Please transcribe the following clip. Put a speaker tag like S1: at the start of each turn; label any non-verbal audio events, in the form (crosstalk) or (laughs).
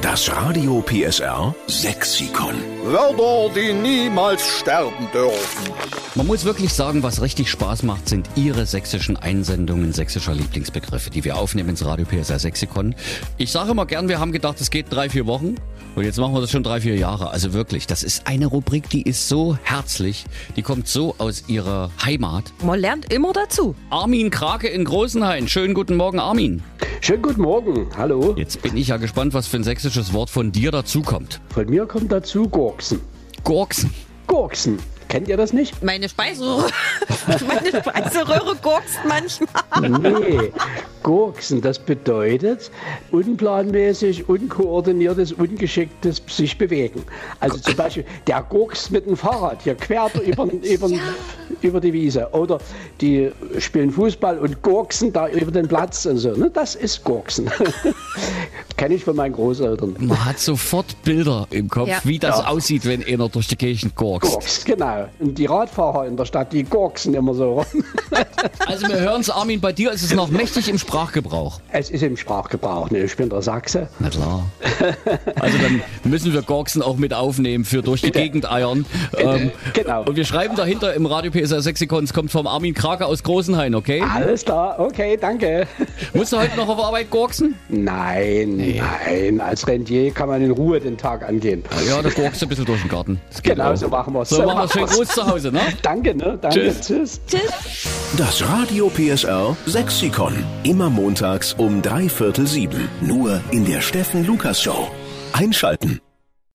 S1: Das Radio PSR Sexikon.
S2: Wörter, die niemals sterben dürfen.
S3: Man muss wirklich sagen, was richtig Spaß macht, sind Ihre sächsischen Einsendungen sächsischer Lieblingsbegriffe, die wir aufnehmen ins Radio PSR Sexikon. Ich sage immer gern, wir haben gedacht, es geht drei, vier Wochen. Und jetzt machen wir das schon drei, vier Jahre. Also wirklich, das ist eine Rubrik, die ist so herzlich. Die kommt so aus Ihrer Heimat.
S4: Man lernt immer dazu.
S3: Armin Krake in Großenhain. Schönen guten Morgen, Armin.
S5: Schönen guten Morgen, hallo.
S3: Jetzt bin ich ja gespannt, was für ein sächsisches Wort von dir dazukommt.
S5: Von mir kommt dazu Gurksen.
S3: Gorksen.
S5: Gurksen, kennt ihr das nicht?
S4: Meine Speiseröhre, (laughs) meine Speiseröhre gurkst manchmal.
S5: Nee, Gurksen, das bedeutet unplanmäßig, unkoordiniertes, ungeschicktes sich bewegen. Also zum Beispiel der Gurks mit dem Fahrrad hier quer über, über, über die Wiese. Oder die spielen Fußball und Gurksen da über den Platz und so. Ne, das ist Gurksen. (laughs) Kenne ich von meinen Großeltern.
S3: Man hat sofort Bilder im Kopf,
S4: Ja.
S3: wie das aussieht, wenn einer durch die Gegend gorkst.
S5: Gurks, genau. Und die Radfahrer in der Stadt, die gurksen immer so rum.
S3: Also wir hören's, Armin, bei dir ist es noch mächtig im Sprachgebrauch.
S5: Es ist im Sprachgebrauch, ne? ich bin der Sachse.
S3: Na klar. Also dann müssen wir Gorksen auch mit aufnehmen für durch die Gegend eiern. Ähm,
S5: Genau.
S3: Und wir schreiben dahinter im Radio PSR Sexikon, es kommt vom Armin Krake aus Großenhain, okay?
S5: Alles klar, okay, danke.
S3: Musst du heute noch auf Arbeit gorksen?
S5: Nein, nein, als Rentier kann man in Ruhe den Tag angehen.
S3: Ja, da gorkst du ein bisschen durch den Garten. Das geht
S5: Genau,
S3: auch.
S5: so machen wir's.
S3: So,
S5: So
S3: machen wir schön
S5: machen wir's.
S3: groß zu Hause, ne?
S5: Danke, ne? Danke,
S3: Tschüss.
S5: tschüss.
S1: Das Radio PSR Sexikon. Immer montags um drei Viertel sieben. Nur in der Steffen Lukas Show. Einschalten.